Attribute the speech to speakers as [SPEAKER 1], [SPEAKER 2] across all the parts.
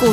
[SPEAKER 1] 股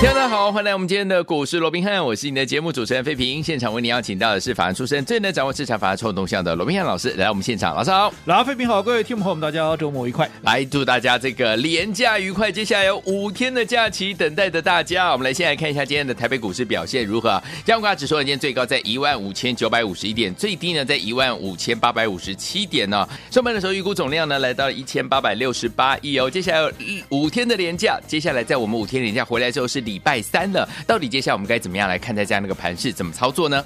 [SPEAKER 2] 听众大家好，欢迎来我们今天的股市罗宾汉，我是你的节目主持人费平。现场为您邀请到的是法案出身、最能掌握市场法案臭动向的罗宾汉老师，来到我们现场，老师好。
[SPEAKER 3] 老费平好，各位听众朋友们，大家周末愉快。
[SPEAKER 2] 来祝大家这个廉假愉快，接下来有五天的假期等待着大家。我们来先来看一下今天的台北股市表现如何。加权指数呢今天最高在一万五千九百五十一点，最低呢在一万五千八百五十七点呢、上半的时候预估总量呢来到了一千八百六十八亿哦。接下来有一五天的连假，接下来在我们五天连假回来之后是礼拜三了，到底接下来我们该怎么样来看待这样的一个盘势，怎么操作呢？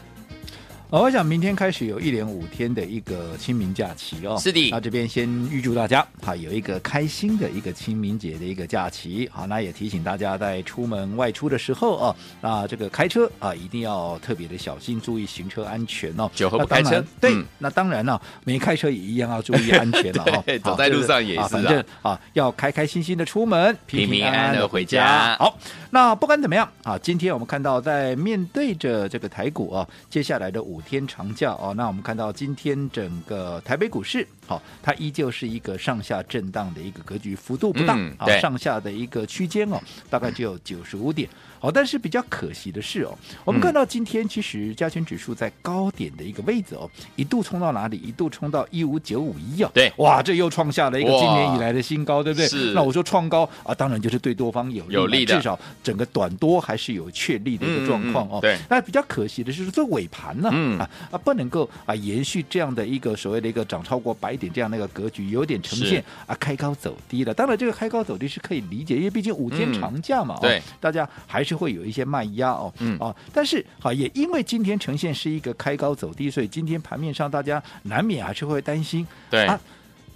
[SPEAKER 3] 呃，我想明天开始有一连五天的一个清明假期哦。
[SPEAKER 2] 是的
[SPEAKER 3] 那这边先预祝大家哈有一个开心的一个清明节的一个假期。好，那也提醒大家在出门外出的时候哦，那这个开车啊一定要特别的小心，注意行车安全哦。
[SPEAKER 2] 酒后
[SPEAKER 3] 那
[SPEAKER 2] 不开
[SPEAKER 3] 当然
[SPEAKER 2] 车
[SPEAKER 3] 对，
[SPEAKER 2] 嗯
[SPEAKER 3] 那当然了、没开车也一样要注意安全了 哦
[SPEAKER 2] 对。
[SPEAKER 3] 好
[SPEAKER 2] 走在路上也
[SPEAKER 3] 啊
[SPEAKER 2] 是
[SPEAKER 3] 反
[SPEAKER 2] 啊
[SPEAKER 3] 正啊要开开心心的出门，
[SPEAKER 2] 平平安安
[SPEAKER 3] 安
[SPEAKER 2] 地
[SPEAKER 3] 地
[SPEAKER 2] 回家
[SPEAKER 3] 好。好，那不管怎么样啊，今天我们看到在面对着这个台股啊，接下来的五天长假哦、那我们看到今天整个台北股市，好、它依旧是一个上下震荡的一个格局，幅度不大、
[SPEAKER 2] 嗯
[SPEAKER 3] 啊
[SPEAKER 2] 对，
[SPEAKER 3] 上下的一个区间哦，大概只有九十五点。好、但是比较可惜的是哦，我们看到今天其实加权指数在高点的一个位置哦，一度冲到哪里？一度冲到一五九五一哦，
[SPEAKER 2] 对
[SPEAKER 3] 哇，这又创下了一个
[SPEAKER 2] 哇
[SPEAKER 3] 今年以来的新高，对不对？
[SPEAKER 2] 是
[SPEAKER 3] 那我说创高啊，当然就是对多方有利嘛
[SPEAKER 2] 有利的
[SPEAKER 3] 至少整个短多还是有确立的一个状况哦。
[SPEAKER 2] 嗯嗯嗯对
[SPEAKER 3] 那比较可惜的是，这尾盘呢、
[SPEAKER 2] 嗯
[SPEAKER 3] 啊啊不能够啊延续这样的一个所谓的一个涨超过百点这样的一个格局，有点呈
[SPEAKER 2] 是
[SPEAKER 3] 现啊开高走低了。当然，这个开高走低是可以理解，因为毕竟五天
[SPEAKER 2] 嗯
[SPEAKER 3] 长假嘛，哦
[SPEAKER 2] 对，
[SPEAKER 3] 大家还是会有一些卖压哦。
[SPEAKER 2] 嗯
[SPEAKER 3] 啊，但是好、也因为今天呈现是一个开高走低，所以今天盘面上大家难免还是会担心
[SPEAKER 2] 对
[SPEAKER 3] 啊。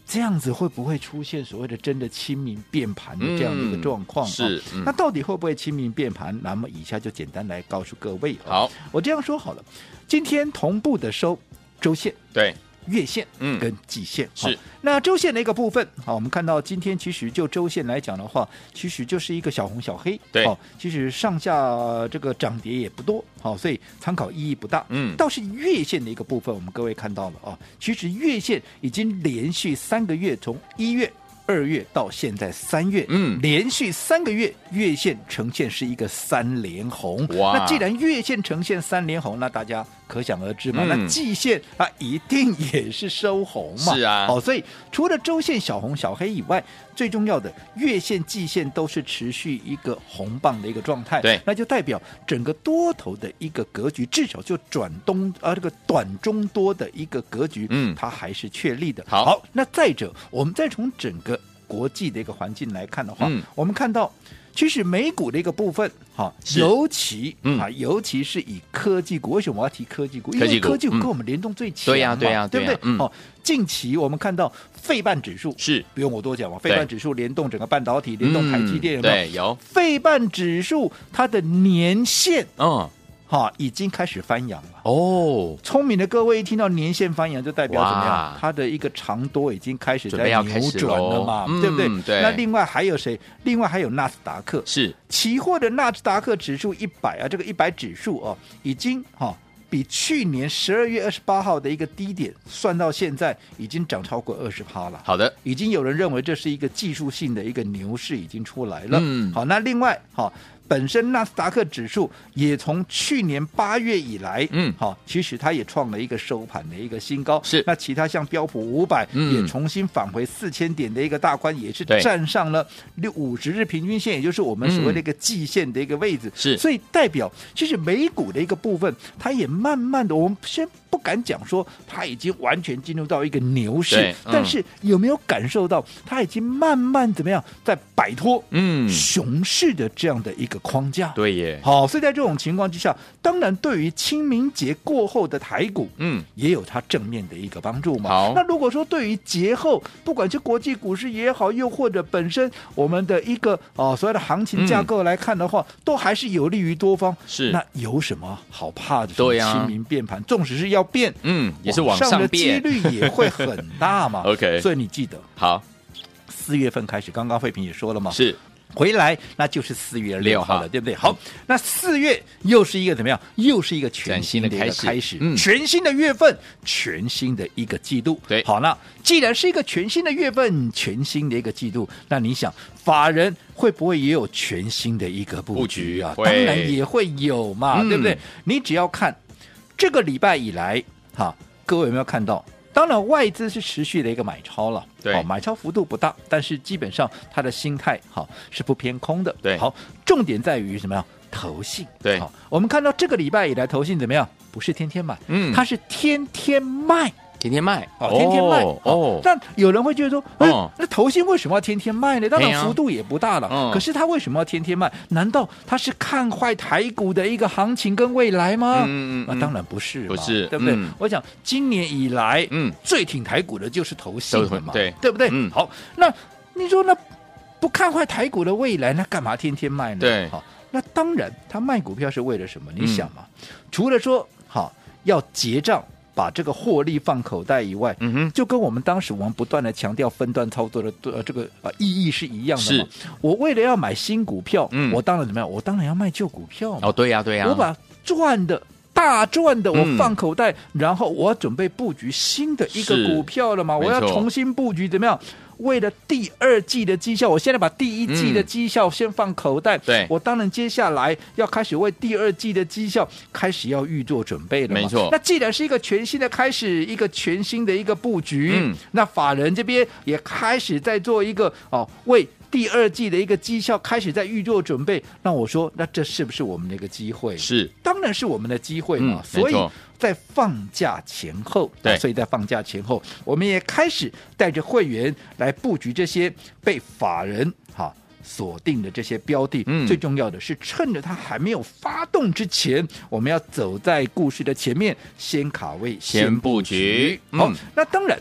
[SPEAKER 3] 这样子会不会出现所谓的真的清明变盘的这样的一个状况、哦
[SPEAKER 2] 是嗯
[SPEAKER 3] 那到底会不会清明变盘？那么以下就简单来告诉各位、哦。
[SPEAKER 2] 好，
[SPEAKER 3] 我这样说好了，今天同步的收周线、
[SPEAKER 2] 对，
[SPEAKER 3] 月线，
[SPEAKER 2] 嗯
[SPEAKER 3] 跟季线
[SPEAKER 2] 是
[SPEAKER 3] 好那周线的一个部分，好，我们看到今天其实就周线来讲的话，其实就是一个小红小黑，
[SPEAKER 2] 对
[SPEAKER 3] 好，其实上下这个涨跌也不多，好，所以参考意义不大，
[SPEAKER 2] 嗯
[SPEAKER 3] 倒是月线的一个部分，我们各位看到了啊，其实月线已经连续三个月，从一月。二月到现在三月，
[SPEAKER 2] 嗯
[SPEAKER 3] 连续三个月月线呈现是一个三连红。
[SPEAKER 2] 哇
[SPEAKER 3] 那既然月线呈现三连红，那大家可想而知嘛。
[SPEAKER 2] 嗯
[SPEAKER 3] 那季线啊，一定也是收红嘛。
[SPEAKER 2] 是啊
[SPEAKER 3] 哦，所以除了周线小红小黑以外，最重要的月线、季线都是持续一个红棒的一个状态。
[SPEAKER 2] 对
[SPEAKER 3] 那就代表整个多头的一个格局，至少就转东呃这个短中多的一个格局，
[SPEAKER 2] 嗯
[SPEAKER 3] 它还是确立的。
[SPEAKER 2] 好
[SPEAKER 3] 那再者，我们再从整个国际的一个环境来看的话，
[SPEAKER 2] 嗯
[SPEAKER 3] 我们看到。其实美股的一个部分，哈，
[SPEAKER 2] 是
[SPEAKER 3] 尤其、
[SPEAKER 2] 嗯
[SPEAKER 3] 啊，尤其是以科技股，为什么我要提科技股？因
[SPEAKER 2] 科技
[SPEAKER 3] 为
[SPEAKER 2] 股
[SPEAKER 3] 科技股
[SPEAKER 2] 嗯
[SPEAKER 3] 跟我们联动最强嘛、
[SPEAKER 2] 对呀对呀
[SPEAKER 3] 对不
[SPEAKER 2] 对
[SPEAKER 3] 对
[SPEAKER 2] 呀？嗯
[SPEAKER 3] 哦，近期我们看到费半指数
[SPEAKER 2] 是
[SPEAKER 3] 不用我多讲嘛，
[SPEAKER 2] 对
[SPEAKER 3] 费半指数联动整个半导体，联动台积电有
[SPEAKER 2] 嗯
[SPEAKER 3] 没有？
[SPEAKER 2] 对，有，
[SPEAKER 3] 费半指数它的年限
[SPEAKER 2] 嗯，
[SPEAKER 3] 哈、已经开始翻扬了。
[SPEAKER 2] 哦，
[SPEAKER 3] 聪明的各位一听到年限翻扬，就代表怎么
[SPEAKER 2] 哇
[SPEAKER 3] 样？它的一个长多已经开始
[SPEAKER 2] 准
[SPEAKER 3] 在
[SPEAKER 2] 备要开
[SPEAKER 3] 扭
[SPEAKER 2] 始
[SPEAKER 3] 转了嘛，
[SPEAKER 2] 喽
[SPEAKER 3] 对不对？
[SPEAKER 2] 嗯对
[SPEAKER 3] 那另外还有谁？另外还有纳斯达克，
[SPEAKER 2] 是
[SPEAKER 3] 期货的纳斯达克指数一百啊，这个一百指数哦，已经哈、比去年十二月二十八号的一个低点算到现在，已经涨超过二十趴了。
[SPEAKER 2] 好的，
[SPEAKER 3] 已经有人认为这是一个技术性的一个牛市已经出来了。
[SPEAKER 2] 嗯
[SPEAKER 3] 好，那另外好。本身纳斯达克指数也从去年八月以来，
[SPEAKER 2] 嗯
[SPEAKER 3] 好，其实它也创了一个收盘的一个新高。
[SPEAKER 2] 是
[SPEAKER 3] 那其他像标普五百、
[SPEAKER 2] 嗯
[SPEAKER 3] 也重新返回四千点的一个大关，也是
[SPEAKER 2] 对
[SPEAKER 3] 站上了六五十日平均线，也就是我们所谓的一个季线的一个位置。
[SPEAKER 2] 嗯是
[SPEAKER 3] 所以代表其实美股的一个部分，它也慢慢的，我们先不敢讲说它已经完全进入到一个牛市，
[SPEAKER 2] 对嗯
[SPEAKER 3] 但是有没有感受到它已经慢慢怎么样在摆脱
[SPEAKER 2] 嗯，
[SPEAKER 3] 熊市的这样的一个框架？
[SPEAKER 2] 对耶，
[SPEAKER 3] 好，所以在这种情况之下，当然对于清明节过后的台股，
[SPEAKER 2] 嗯，
[SPEAKER 3] 也有它正面的一个帮助嘛。
[SPEAKER 2] 好
[SPEAKER 3] 那如果说对于节后，不管是国际股市也好，又或者本身我们的一个哦所谓的行情架构来看的话，都还是有利于多方。
[SPEAKER 2] 嗯是
[SPEAKER 3] 那有什么好怕的？
[SPEAKER 2] 对呀
[SPEAKER 3] 清明变盘，纵使是要变，
[SPEAKER 2] 嗯，也是往
[SPEAKER 3] 往
[SPEAKER 2] 上
[SPEAKER 3] 的几
[SPEAKER 2] 变，
[SPEAKER 3] 率也会很大嘛。
[SPEAKER 2] OK
[SPEAKER 3] 所以你记得
[SPEAKER 2] 好，
[SPEAKER 3] 四月份开始，刚刚费平也说了嘛，
[SPEAKER 2] 是
[SPEAKER 3] 回来那就是四月
[SPEAKER 2] 六
[SPEAKER 3] 六
[SPEAKER 2] 号
[SPEAKER 3] 号了，对不对？好，那四月又是一个怎么样？又是一个全新的一
[SPEAKER 2] 崭
[SPEAKER 3] 个
[SPEAKER 2] 新的开
[SPEAKER 3] 开
[SPEAKER 2] 始
[SPEAKER 3] 始，
[SPEAKER 2] 嗯
[SPEAKER 3] 全新的月份，全新的一个季度。
[SPEAKER 2] 对
[SPEAKER 3] 好，那既然是一个全新的月份，全新的一个季度，那你想，法人会不会也有全新的一个布局啊？
[SPEAKER 2] 布局会
[SPEAKER 3] 当然也会有嘛，
[SPEAKER 2] 嗯
[SPEAKER 3] 对不对？你只要看这个礼拜以来，哈，各位有没有看到？当然，外资是持续的一个买超了，
[SPEAKER 2] 对
[SPEAKER 3] 好买超幅度不大，但是基本上它的心态好是不偏空的，
[SPEAKER 2] 对
[SPEAKER 3] 好，重点在于什么呀？投信，
[SPEAKER 2] 对
[SPEAKER 3] 好，我们看到这个礼拜以来，投信怎么样？不是天天买，
[SPEAKER 2] 嗯
[SPEAKER 3] 它是天天卖，
[SPEAKER 2] 天天卖，
[SPEAKER 3] 哦，天天卖
[SPEAKER 2] 哦，
[SPEAKER 3] 哦
[SPEAKER 2] 哦。
[SPEAKER 3] 但有人会觉得说，哎
[SPEAKER 2] 哦，
[SPEAKER 3] 那投信为什么要天天卖呢？当
[SPEAKER 2] 对啊
[SPEAKER 3] 然幅度也不大
[SPEAKER 2] 嗯
[SPEAKER 3] 了，可是它为什么要天天卖？难道它是看坏台股的一个行情跟未来吗？
[SPEAKER 2] 嗯嗯嗯
[SPEAKER 3] 啊，当然不是嘛，
[SPEAKER 2] 不是
[SPEAKER 3] 对不对
[SPEAKER 2] 嗯？
[SPEAKER 3] 我讲今年以来，
[SPEAKER 2] 嗯，
[SPEAKER 3] 最挺台股的就是投信了
[SPEAKER 2] 都
[SPEAKER 3] 嘛，
[SPEAKER 2] 对
[SPEAKER 3] 对不对？
[SPEAKER 2] 嗯
[SPEAKER 3] 好，那你说那不看坏台股的未来，那干嘛天天卖呢？
[SPEAKER 2] 对
[SPEAKER 3] 好，那当然，他卖股票是为了什么？
[SPEAKER 2] 嗯
[SPEAKER 3] 你想嘛，除了说好要结账，把这个获利放口袋以外，
[SPEAKER 2] 嗯哼，
[SPEAKER 3] 就跟我们当时我们不断的强调分段操作的呃这个呃意义是一样的嘛。我为了要买新股票，
[SPEAKER 2] 嗯
[SPEAKER 3] 我当然怎么样？我当然要卖旧股票嘛。
[SPEAKER 2] 哦，对呀，对呀，
[SPEAKER 3] 我把赚的。大赚的我
[SPEAKER 2] 嗯
[SPEAKER 3] 放口袋，然后我准备布局新的一
[SPEAKER 2] 是
[SPEAKER 3] 个股票了嘛？
[SPEAKER 2] 没
[SPEAKER 3] 我要
[SPEAKER 2] 错
[SPEAKER 3] 重新布局，怎么样？为了第二季的绩效，我现在把第一季的
[SPEAKER 2] 嗯
[SPEAKER 3] 绩效先放口袋。
[SPEAKER 2] 对
[SPEAKER 3] 我当然接下来要开始为第二季的绩效开始要预做准备了嘛。
[SPEAKER 2] 没错
[SPEAKER 3] 那既然是一个全新的开始，一个全新的一个布局，
[SPEAKER 2] 嗯
[SPEAKER 3] 那法人这边也开始在做一个哦为。第二季的一个绩效开始在预做准备，那我说，那这是不是我们的一个机会？
[SPEAKER 2] 是
[SPEAKER 3] 当然是我们的机会嘛。
[SPEAKER 2] 嗯
[SPEAKER 3] 所
[SPEAKER 2] 没
[SPEAKER 3] 以
[SPEAKER 2] 错
[SPEAKER 3] 在放假前后，
[SPEAKER 2] 对
[SPEAKER 3] 啊所以在放假前后，我们也开始带着会员来布局这些被法人哈。锁定的这些标的，
[SPEAKER 2] 嗯
[SPEAKER 3] 最重要的是趁着它还没有发动之前，我们要走在故事的前面，先卡位，
[SPEAKER 2] 先布局
[SPEAKER 3] 好、
[SPEAKER 2] 嗯
[SPEAKER 3] 那当然，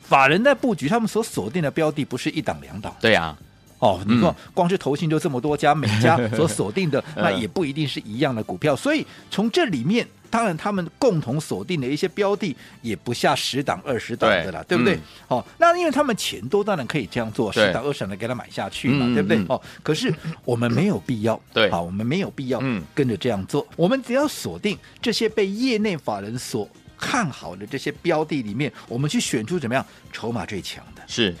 [SPEAKER 3] 法人在布局，他们所锁定的标的不是一档两档，
[SPEAKER 2] 对呀，
[SPEAKER 3] 哦，你
[SPEAKER 2] 嗯
[SPEAKER 3] 光光是投信就这么多家，每 家所锁定的
[SPEAKER 2] 嗯
[SPEAKER 3] 那也不一定是一样的股票，所以从这里面，当然他们共同锁定的一些标的也不下十档二十档的啦，
[SPEAKER 2] 对
[SPEAKER 3] 对不对
[SPEAKER 2] 嗯？
[SPEAKER 3] 哦，那因为他们钱多，当然可以这样做，
[SPEAKER 2] 对
[SPEAKER 3] 十档二十档的给他买下去
[SPEAKER 2] 嗯
[SPEAKER 3] 嘛，对不对
[SPEAKER 2] 嗯？
[SPEAKER 3] 哦，可是我们没有必要，
[SPEAKER 2] 对
[SPEAKER 3] 好，我们没有必要
[SPEAKER 2] 嗯
[SPEAKER 3] 跟着这样做，我们只要锁定这些被业内法人所看好的这些标的里面，我们去选出怎么样筹码最强的。
[SPEAKER 2] 是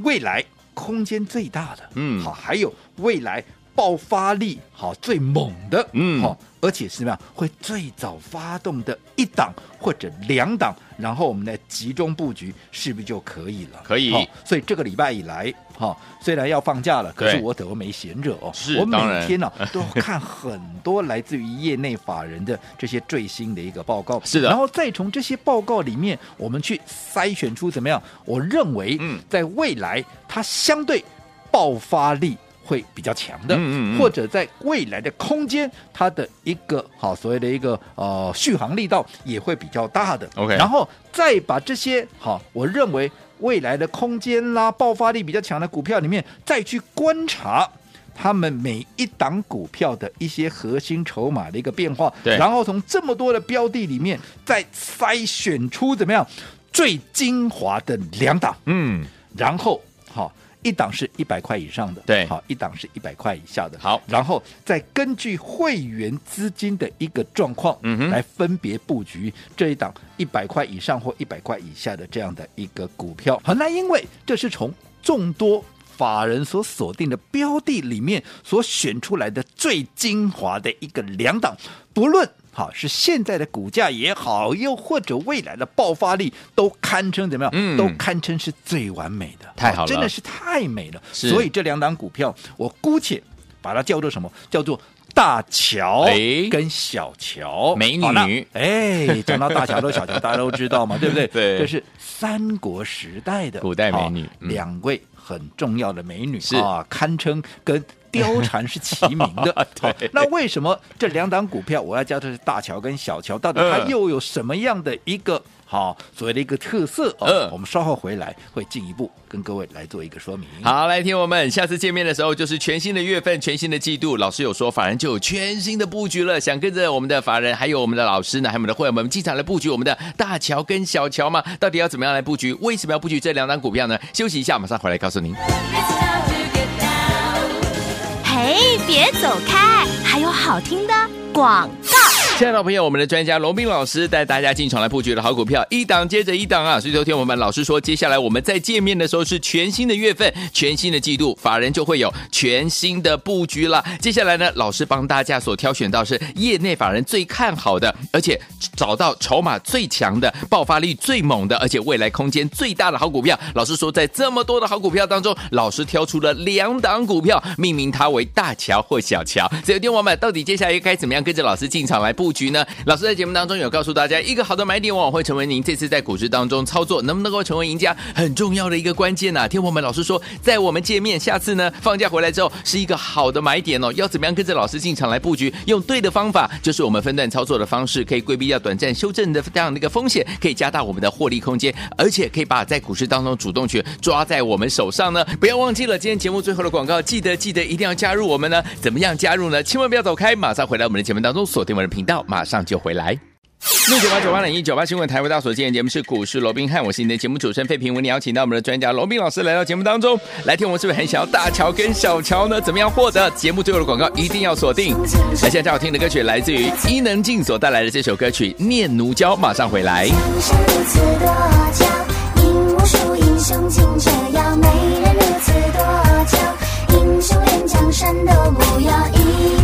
[SPEAKER 3] 未来空间最大的，
[SPEAKER 2] 嗯
[SPEAKER 3] 好，还有未来爆发力好最猛的，
[SPEAKER 2] 嗯
[SPEAKER 3] 好，而且是什么样会最早发动的一档或者两档，然后我们来集中布局，是不是就可以了？
[SPEAKER 2] 可以
[SPEAKER 3] 好所以这个礼拜以来，哈、虽然要放假了，可是
[SPEAKER 2] 对
[SPEAKER 3] 我怎么没闲着哦？
[SPEAKER 2] 是
[SPEAKER 3] 我
[SPEAKER 2] 当然
[SPEAKER 3] 每天呢、都要看很多来自于业内法人的这些最新的一个报告，
[SPEAKER 2] 是的
[SPEAKER 3] 然后再从这些报告里面，我们去筛选出怎么样？我认为
[SPEAKER 2] 嗯，
[SPEAKER 3] 在未来它相对爆发力会比较强的，
[SPEAKER 2] 嗯嗯嗯
[SPEAKER 3] 或者在未来的空间，它的一个好所谓的一个呃续航力道也会比较大的。
[SPEAKER 2] OK
[SPEAKER 3] 然后再把这些好，我认为未来的空间啦、爆发力比较强的股票里面，再去观察。他们每一档股票的一些核心筹码的一个变化，
[SPEAKER 2] 对
[SPEAKER 3] 然后从这么多的标的里面再筛选出怎么样最精华的两档，
[SPEAKER 2] 嗯，
[SPEAKER 3] 然后好。一档是一百块以上的，
[SPEAKER 2] 对
[SPEAKER 3] 好，一档是一百块以下的，
[SPEAKER 2] 好
[SPEAKER 3] 然后再根据会员资金的一个状况，
[SPEAKER 2] 嗯哼
[SPEAKER 3] 来分别布局这一档一百块以上或一百块以下的这样的一个股票。好，那因为这是从众多法人所锁定的标的里面所选出来的最精华的一个两档，不论。好是现在的股价也好，又或者未来的爆发力，都堪称怎么样？
[SPEAKER 2] 嗯
[SPEAKER 3] 都堪称是最完美的，哦
[SPEAKER 2] 太好了
[SPEAKER 3] 真的是太美了。
[SPEAKER 2] 是
[SPEAKER 3] 所以这两档股票，我姑且把它叫做什么？叫做大乔
[SPEAKER 2] 哎
[SPEAKER 3] 跟小乔，
[SPEAKER 2] 美女
[SPEAKER 3] 好那哎，讲到大乔都小乔，大家都知道 嘛，对不对？
[SPEAKER 2] 对
[SPEAKER 3] 这是三国时代的
[SPEAKER 2] 古代美女
[SPEAKER 3] 好
[SPEAKER 2] 嗯
[SPEAKER 3] 两位很重要的美女
[SPEAKER 2] 是，
[SPEAKER 3] 啊，堪称跟。貂蝉是齐名的
[SPEAKER 2] 对
[SPEAKER 3] 好，那为什么这两档股票我要叫它是大乔跟小乔？到底它
[SPEAKER 2] 嗯
[SPEAKER 3] 又有什么样的一个好所谓的一个特色哦。
[SPEAKER 2] 嗯
[SPEAKER 3] 我们稍后回来会进一步跟各位来做一个说明。
[SPEAKER 2] 好，来听我们下次见面的时候，就是全新的月份、全新的季度。老师有说，法人就有全新的布局了。想跟着我们的法人，还有我们的老师呢，还有我们的会员们，进场来布局我们的大乔跟小乔吗？到底要怎么样来布局？为什么要布局这两档股票呢？休息一下，马上回来告诉您。
[SPEAKER 1] 嘿，别走开，还有好听的广告。
[SPEAKER 2] 亲爱的朋友，我们的专家龙斌老师带大家进场来布局的好股票，一档接着一档啊！所以昨天我们老师说，接下来我们再见面的时候是全新的月份、全新的季度，法人就会有全新的布局了。接下来呢，老师帮大家所挑选到是业内法人最看好的，而且找到筹码最强的、爆发力最猛的，而且未来空间最大的好股票。老师说，在这么多的好股票当中，老师挑出了两档股票，命名它为大乔或小乔。所以，听我们到底接下来该怎么样跟着老师进场来布局呢？老师在节目当中有告诉大家，一个好的买点往往会成为您这次在股市当中操作能不能够成为赢家很重要的一个关键呐、啊。听我们老师说，在我们见面下次呢放假回来之后是一个好的买点哦。要怎么样跟着老师进场来布局？用对的方法，就是我们分段操作的方式，可以规避掉短暂修正的这样的一个风险，可以加大我们的获利空间，而且可以把在股市当中主动权抓在我们手上呢。不要忘记了今天节目最后的广告，记得记得一定要加入我们呢。怎么样加入呢？千万不要走开，马上回来我们的节目当中，锁定我们的频道，马上就回来。六九八九八零一九八新闻台为大家所见节目是股市罗宾汉，我是你的节目主持人费平。为你邀请到我们的专家罗宾老师来到节目当中，来听我们是不是很想要大乔跟小乔呢？怎么样获得节目最后的广告一定要锁定。来，现在要听的歌曲来自于伊能静所带来的这首歌曲《念奴娇》，马上回来。
[SPEAKER 4] 今生如此多娇，因无数英雄尽折腰。美人如此多娇，英雄连江山都不要。一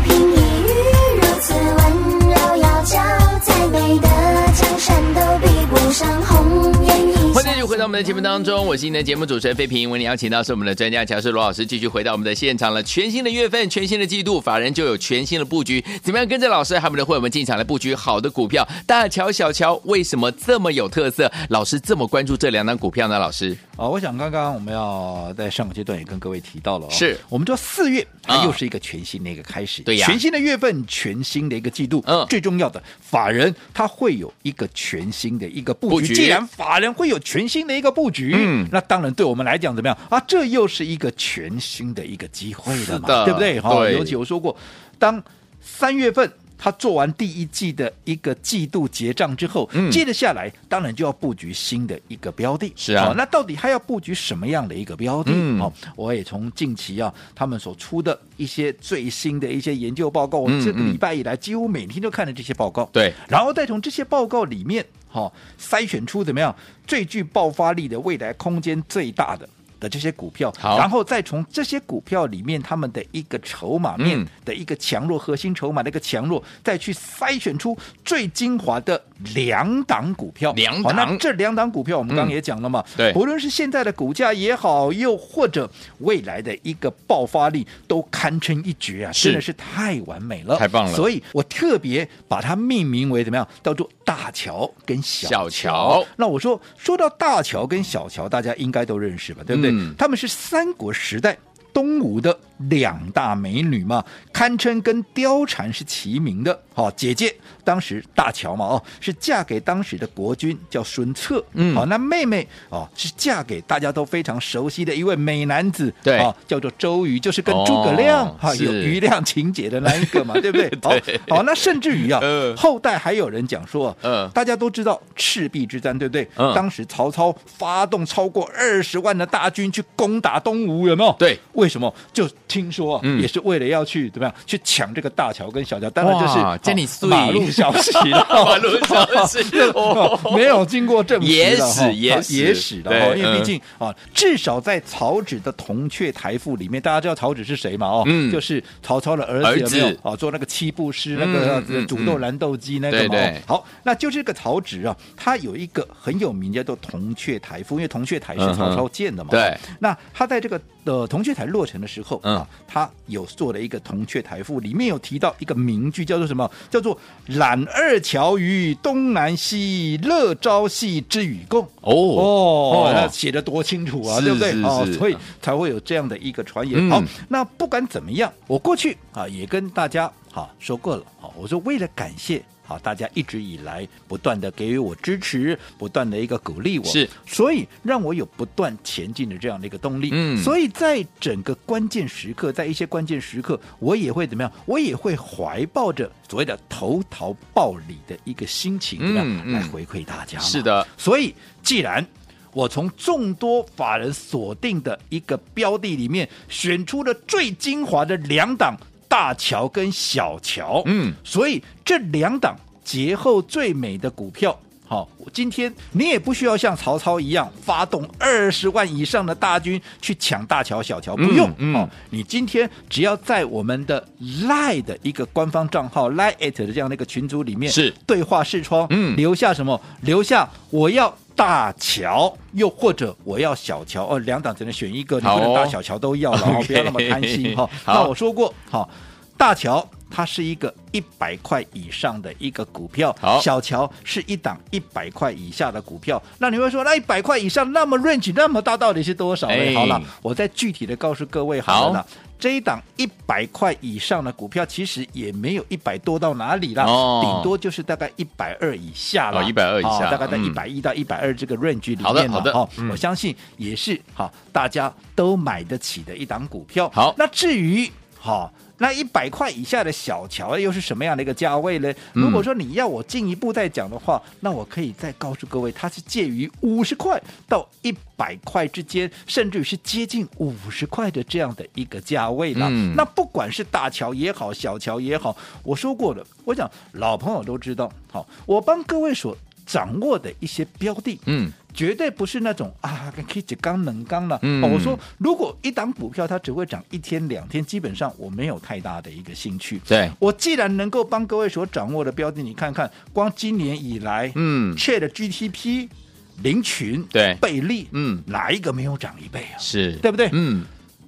[SPEAKER 4] 颦一语如此温柔窈窕，再美的江山都比不上红颜一
[SPEAKER 2] 欢
[SPEAKER 4] 笑
[SPEAKER 2] 迎。继续回到我们的节目当中，我是您的节目主持人费平。为您邀请到是我们的专家乔氏罗老师，继续回到我们的现场了。全新的月份，全新的季度，法人就有全新的布局。怎么样跟着老师还有我们的会员们进场来布局好的股票？大乔、小乔为什么这么有特色？老师这么关注这两档股票呢？老师，
[SPEAKER 3] 啊、我想刚刚我们要在上个阶段也跟各位提到了、哦，
[SPEAKER 2] 是
[SPEAKER 3] 我们说四月
[SPEAKER 2] 啊
[SPEAKER 3] 它又是一个全新的一个开始，
[SPEAKER 2] 对呀
[SPEAKER 3] 全新的月份，全新的一个季度，
[SPEAKER 2] 嗯
[SPEAKER 3] 最重要的法人他会有一个全新的一个布
[SPEAKER 2] 布
[SPEAKER 3] 局。
[SPEAKER 2] 局
[SPEAKER 3] 既然法人会有全新的一个布局，
[SPEAKER 2] 嗯
[SPEAKER 3] 那当然对我们来讲怎么样啊？这又是一个全新的一个机会了
[SPEAKER 2] 是
[SPEAKER 3] 嘛，
[SPEAKER 2] 的
[SPEAKER 3] 对不对？
[SPEAKER 2] 对
[SPEAKER 3] 尤其我说过，当三月份。他做完第一季的一个季度结账之后，
[SPEAKER 2] 嗯
[SPEAKER 3] 接着下来当然就要布局新的一个标的。
[SPEAKER 2] 是啊
[SPEAKER 3] 好那到底他要布局什么样的一个标的？
[SPEAKER 2] 嗯
[SPEAKER 3] 哦，我也从近期啊他们所出的一些最新的一些研究报告，我
[SPEAKER 2] 嗯
[SPEAKER 3] 这个
[SPEAKER 2] 嗯
[SPEAKER 3] 礼拜以来几乎每天都看了这些报告。
[SPEAKER 2] 对，
[SPEAKER 3] 然后再从这些报告里面，哈、筛选出怎么样最具爆发力的未来空间最大的。的这些股票，
[SPEAKER 2] 好
[SPEAKER 3] 然后再从这些股票里面他们的一个筹码面
[SPEAKER 2] 嗯
[SPEAKER 3] 的一个强弱、核心筹码的一个强弱，再去筛选出最精华的两档股票。
[SPEAKER 2] 两
[SPEAKER 3] 好
[SPEAKER 2] 档
[SPEAKER 3] 那这两档股票我们刚
[SPEAKER 2] 嗯
[SPEAKER 3] 刚也讲了嘛，
[SPEAKER 2] 对
[SPEAKER 3] 不论是现在的股价也好，又或者未来的一个爆发力，都堪称一绝啊，
[SPEAKER 2] 是
[SPEAKER 3] 真的是太完美了，
[SPEAKER 2] 太棒了
[SPEAKER 3] 所以我特别把它命名为怎么样，叫做大乔跟小
[SPEAKER 2] 小乔
[SPEAKER 3] 那我说说到大乔跟小乔，大家应该都认识吧，对不对？
[SPEAKER 2] 嗯
[SPEAKER 3] 他们是三国时代。东吴的两大美女嘛，堪称跟貂蝉是齐名的。好、姐姐当时大乔嘛，哦，是嫁给当时的国君叫孙策。
[SPEAKER 2] 嗯
[SPEAKER 3] 好、那妹妹哦是嫁给大家都非常熟悉的一位美男子，
[SPEAKER 2] 对
[SPEAKER 3] 啊、叫做周瑜，就是跟
[SPEAKER 2] 哦
[SPEAKER 3] 诸葛亮哈、
[SPEAKER 2] 是
[SPEAKER 3] 有余量情节的那一个嘛， 对不对？好，好，那甚至于啊，
[SPEAKER 2] 呃
[SPEAKER 3] 后代还有人讲说，
[SPEAKER 2] 呃
[SPEAKER 3] 大家都知道赤壁之战，对不对？
[SPEAKER 2] 嗯
[SPEAKER 3] 当时曹操发动超过二十万的大军去攻打东吴，有没有？
[SPEAKER 2] 对，
[SPEAKER 3] 为什么？就听说、啊
[SPEAKER 2] 嗯
[SPEAKER 3] 也是为了要去怎么样去抢这个大乔跟小乔，当然就是
[SPEAKER 2] 哇
[SPEAKER 3] 哦
[SPEAKER 2] 这你碎
[SPEAKER 3] 马路小息了，
[SPEAKER 2] 马路小息
[SPEAKER 3] 哦 没有经过证
[SPEAKER 2] 野
[SPEAKER 3] 实的
[SPEAKER 2] 史
[SPEAKER 3] 哈，
[SPEAKER 2] 野
[SPEAKER 3] 啊
[SPEAKER 2] 史
[SPEAKER 3] 野史的哈，
[SPEAKER 2] 对
[SPEAKER 3] 因为
[SPEAKER 2] 嗯
[SPEAKER 3] 毕竟啊，至少在曹植的《铜雀台赋》里面，大家知道曹植是谁嘛？哦，
[SPEAKER 2] 嗯
[SPEAKER 3] 就是曹操的儿
[SPEAKER 2] 儿
[SPEAKER 3] 子有没有
[SPEAKER 2] 子？
[SPEAKER 3] 哦，做那个七步诗，那
[SPEAKER 2] 嗯
[SPEAKER 3] 个呃
[SPEAKER 2] 嗯嗯
[SPEAKER 3] 煮豆燃豆萁那个
[SPEAKER 2] 对
[SPEAKER 3] 嘛。哦
[SPEAKER 2] 对
[SPEAKER 3] 好，那就这个曹植啊，他有一个很有名叫做《铜雀台赋》，因为铜雀台是
[SPEAKER 2] 嗯哼
[SPEAKER 3] 曹操建的嘛。哦
[SPEAKER 2] 对。
[SPEAKER 3] 那他在这个呃铜雀台落成的时候
[SPEAKER 2] 嗯
[SPEAKER 3] 啊，他有做了一个《铜雀台赋》，里面有提到一个名句，叫做什么？叫做“揽二乔于东南西，乐朝夕之与共”。
[SPEAKER 2] 哦，
[SPEAKER 3] 哦
[SPEAKER 2] 哦，
[SPEAKER 3] 那写的多清楚啊，
[SPEAKER 2] 是
[SPEAKER 3] 对不对？
[SPEAKER 2] 是
[SPEAKER 3] 哦
[SPEAKER 2] 是，
[SPEAKER 3] 所以才会有这样的一个传言。
[SPEAKER 2] 嗯
[SPEAKER 3] 好，那不管怎么样，我过去啊也跟大家好说过了，好，我说为了感谢好大家一直以来不断的给予我支持，不断的一个鼓励我，
[SPEAKER 2] 是，
[SPEAKER 3] 所以让我有不断前进的这样的一个动力。
[SPEAKER 2] 嗯
[SPEAKER 3] 所以在整个关键时刻，在一些关键时刻，我也会怎么样？我也会怀抱着所谓的投桃报李的一个心情，
[SPEAKER 2] 嗯
[SPEAKER 3] 对吧
[SPEAKER 2] 嗯
[SPEAKER 3] 来回馈大家嘛。
[SPEAKER 2] 是的
[SPEAKER 3] 所以既然我从众多法人锁定的一个标的里面选出了最精华的两档大乔跟小乔，
[SPEAKER 2] 嗯，
[SPEAKER 3] 所以这两档节后最美的股票。好，我今天你也不需要像曹操一样发动二十万以上的大军去抢大乔、小乔，不用。
[SPEAKER 2] 嗯嗯
[SPEAKER 3] 哦，你今天只要在我们的 Line 的一个官方账号 Line at 的这样的一个群组里面
[SPEAKER 2] 是
[SPEAKER 3] 对话视窗，
[SPEAKER 2] 嗯
[SPEAKER 3] 留下什么？留下我要大乔，又或者我要小乔哦，两档只能选一个，你
[SPEAKER 2] 好哦
[SPEAKER 3] 不能大小乔都 要了，哦
[SPEAKER 2] OK
[SPEAKER 3] 不要那么贪心哈、
[SPEAKER 2] 好
[SPEAKER 3] 那我说过，好、大乔它是一个一百块以上的一个股票
[SPEAKER 2] 好，
[SPEAKER 3] 小乔是一档一百块以下的股票。那你会说，那一百块以上那么 range 那么大，到底是多少呢？
[SPEAKER 2] 哎
[SPEAKER 3] 好了，我再具体的告诉各位好了啦
[SPEAKER 2] 好
[SPEAKER 3] 这一档一百块以上的股票，其实也没有一百多到哪里啦，
[SPEAKER 2] 哦
[SPEAKER 3] 顶多就是大概一百二以下了，
[SPEAKER 2] 哦120以下
[SPEAKER 3] 哦大概在一
[SPEAKER 2] 嗯
[SPEAKER 3] 百一到一百二这个 range 里面
[SPEAKER 2] 好的
[SPEAKER 3] 啦
[SPEAKER 2] 好的
[SPEAKER 3] 哦
[SPEAKER 2] 嗯
[SPEAKER 3] 我相信也是好，大家都买得起的一档股票。
[SPEAKER 2] 好
[SPEAKER 3] 那至于好。那一百块以下的小乔又是什么样的一个价位呢？
[SPEAKER 2] 嗯
[SPEAKER 3] 如果说你要我进一步再讲的话，那我可以再告诉各位，它是介于五十块到一百块之间，甚至于是接近五十块的这样的一个价位了。
[SPEAKER 2] 嗯
[SPEAKER 3] 那不管是大乔也好，小乔也好，我说过了，我讲老朋友都知道，好，我帮各位所掌握的一些标的，
[SPEAKER 2] 嗯，
[SPEAKER 3] 绝对不是那种啊，可以只刚能刚了。
[SPEAKER 2] 嗯
[SPEAKER 3] 哦我说，如果一档股票它只会涨一天两天，基本上我没有太大的一个兴趣。
[SPEAKER 2] 对，
[SPEAKER 3] 我既然能够帮各位所掌握的标的，你看看，光今年以来，
[SPEAKER 2] 嗯
[SPEAKER 3] ，Chat GTP、林群、
[SPEAKER 2] 对
[SPEAKER 3] 贝利，
[SPEAKER 2] 嗯
[SPEAKER 3] 哪一个没有涨一倍啊？
[SPEAKER 2] 是，
[SPEAKER 3] 对不对
[SPEAKER 2] 嗯，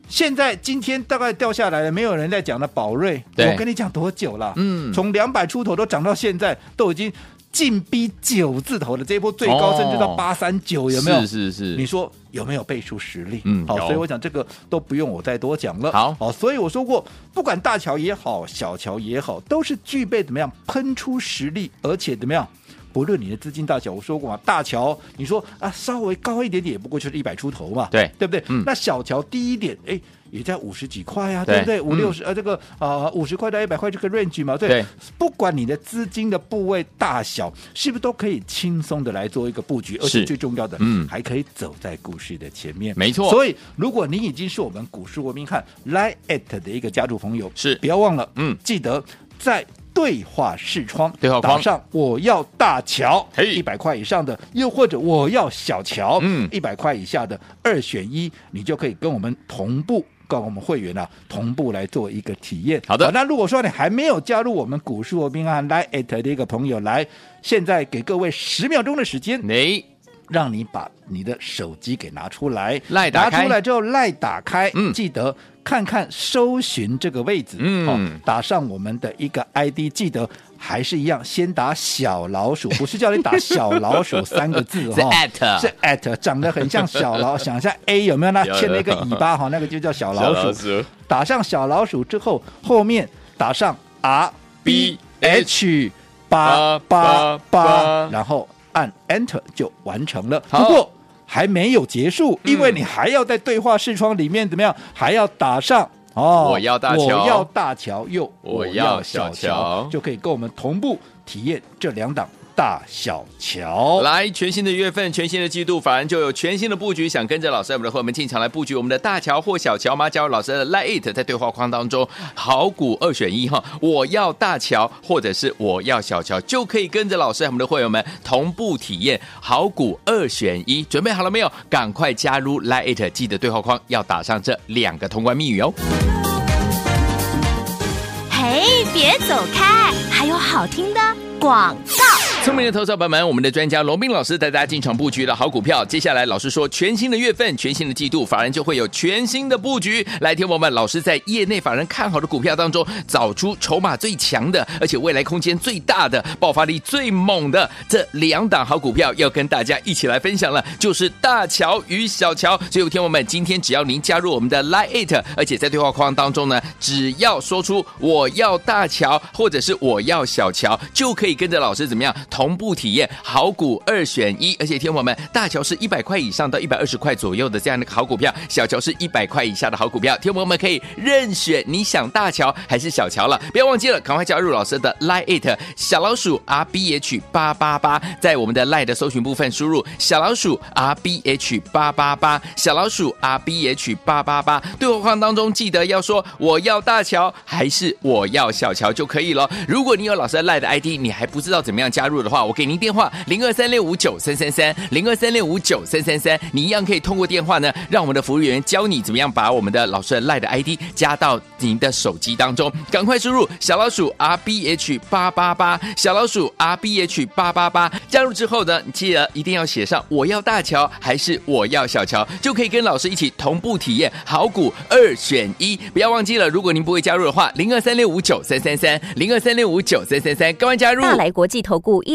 [SPEAKER 3] 现在今天大概掉下来了，没有人在讲的宝瑞，
[SPEAKER 2] 对
[SPEAKER 3] 我跟你讲多久了？
[SPEAKER 2] 嗯
[SPEAKER 3] 从两百出头都涨到现在，都已经近逼九字头了，这一波最高
[SPEAKER 2] 哦
[SPEAKER 3] 甚至到八三九，有没有？
[SPEAKER 2] 是是是，
[SPEAKER 3] 你说有没有倍数实力？
[SPEAKER 2] 嗯
[SPEAKER 3] 好，
[SPEAKER 2] 有
[SPEAKER 3] 所以我想这个都不用我再多讲了。
[SPEAKER 2] 好
[SPEAKER 3] 好，所以我说过，不管大乔也好，小乔也好，都是具备怎么样喷出实力，而且怎么样。不论你的资金大小，我说过嘛，大乔你说啊稍微高一点点，也不过就是一百出头嘛，
[SPEAKER 2] 对
[SPEAKER 3] 对不对？
[SPEAKER 2] 嗯
[SPEAKER 3] 那小乔低一点，哎，也在五十几块呀、啊，
[SPEAKER 2] 对
[SPEAKER 3] 对不对？五
[SPEAKER 2] 嗯
[SPEAKER 3] 六十呃，这个啊五十块到一百块这个 range 嘛，对。
[SPEAKER 2] 对
[SPEAKER 3] 不管你的资金的部位大小，是不是都可以轻松的来做一个布局？而
[SPEAKER 2] 是
[SPEAKER 3] 且最重要的，
[SPEAKER 2] 嗯
[SPEAKER 3] 还可以走在股市的前面。
[SPEAKER 2] 没错
[SPEAKER 3] 所以如果你已经是我们股市文明汉 Line at 的一个家族朋友，
[SPEAKER 2] 是
[SPEAKER 3] 不要忘了，
[SPEAKER 2] 嗯
[SPEAKER 3] 记得在。对话视窗，
[SPEAKER 2] 对话框
[SPEAKER 3] 打上我要大乔，
[SPEAKER 2] 嘿
[SPEAKER 3] 一百块以上的，又或者我要小乔，
[SPEAKER 2] 嗯
[SPEAKER 3] 一百块以下的二选一，你就可以跟我们同步。跟我们会员啊，同步来做一个体验。
[SPEAKER 2] 好的
[SPEAKER 3] 那如果说你还没有加入我们股市罗宾汉 Line at 的一个朋友，来，现在给各位十秒钟的时间，
[SPEAKER 2] 你
[SPEAKER 3] 让你把你的手机给拿出来，
[SPEAKER 2] Line 打
[SPEAKER 3] 拿
[SPEAKER 2] 开
[SPEAKER 3] 出来之后赖打开，
[SPEAKER 2] 嗯
[SPEAKER 3] 记得看看搜寻这个位置，哦
[SPEAKER 2] 嗯
[SPEAKER 3] 打上我们的一个 ID，记得还是一样，先打小老鼠，不是叫你打小老鼠三 个字
[SPEAKER 2] 是
[SPEAKER 3] 哦。
[SPEAKER 2] at
[SPEAKER 3] 是 at 长得很像 小老，想一下 A 有没有那
[SPEAKER 2] 有有
[SPEAKER 3] 牵了一个尾巴哈，那个就叫小
[SPEAKER 2] 小
[SPEAKER 3] 老鼠。
[SPEAKER 2] 老鼠
[SPEAKER 3] 打上小老鼠之后，后面打上 R
[SPEAKER 2] B
[SPEAKER 3] B H
[SPEAKER 2] 八
[SPEAKER 3] 八八
[SPEAKER 2] 八
[SPEAKER 3] 八，然后按 Enter 就完成了。
[SPEAKER 2] 好
[SPEAKER 3] 不过还没有结束，
[SPEAKER 2] 嗯
[SPEAKER 3] 因为你还要在对话视窗里面怎么样，还要打上。哦，
[SPEAKER 2] 我要大乔
[SPEAKER 3] 我要大乔，又
[SPEAKER 2] 我
[SPEAKER 3] 我
[SPEAKER 2] 要
[SPEAKER 3] 要
[SPEAKER 2] 小
[SPEAKER 3] 小
[SPEAKER 2] 乔
[SPEAKER 3] 乔，就可以跟我们同步体验这两档大小乔。
[SPEAKER 2] 来，全新的月份，全新的季度，法人就有全新的布局。想跟着老师，我们的伙伴们进场来布局我们的大乔或小乔吗？加入老师的 Lite It，在对话框当中，好股二选一哈，我要大乔或者是我要小乔，就可以跟着老师我们的会员们同步体验好股二选一。准备好了没有？赶快加入 Lite It，记得对话框要打上这两个通关密语哦。
[SPEAKER 1] 嘿，别走开，还有好听的广告。
[SPEAKER 2] 聪明的投资者朋友们，我们的专家罗斌老师带大家进场布局了好股票。接下来，老师说全新的月份、全新的季度，法人就会有全新的布局。来，听我们，老师在业内法人看好的股票当中，找出筹码最强的，而且未来空间最大的、爆发力最猛的这两档好股票，要跟大家一起来分享了，就是大乔与小乔。所以，听我们，今天只要您加入我们的 Line It，而且在对话框当中呢，只要说出我要大乔或者是我要小乔，就可以跟着老师怎么样同步体验好股二选一。而且，听我们，大乔是一百块以上到一百二十块左右的这样的好股票，小乔是一百块以下的好股票。听我们可以任选你想大乔还是小乔了，不要忘记了，赶快加入老师的 Line It 小老鼠 R B H 八八八，在我们的 Line 的搜寻部分输入小老鼠 R B H 八八八，小老鼠 R B H 八八八，对话框当中记得要说我要大乔还是我要小乔就可以了。如果你有老师的 Line 的 ID，你还不知道怎么样加入的话，我给您电话零二三六五九三三三零二三六五九三三三，你一样可以通过电话呢，让我们的服务员教你怎么样把我们的老师的 Line 的 ID 加到您的手机当中，赶快输入小老鼠 R B H 八八八，小老鼠 R B H 八八八，加入之后呢，你记得一定要写上我要大乔还是我要小乔，就可以跟老师一起同步体验好股二选一。不要忘记了，如果您不会加入的话，零二三六五九三三三零二三六五九三三三，赶快加入。
[SPEAKER 5] 大来国际投顾一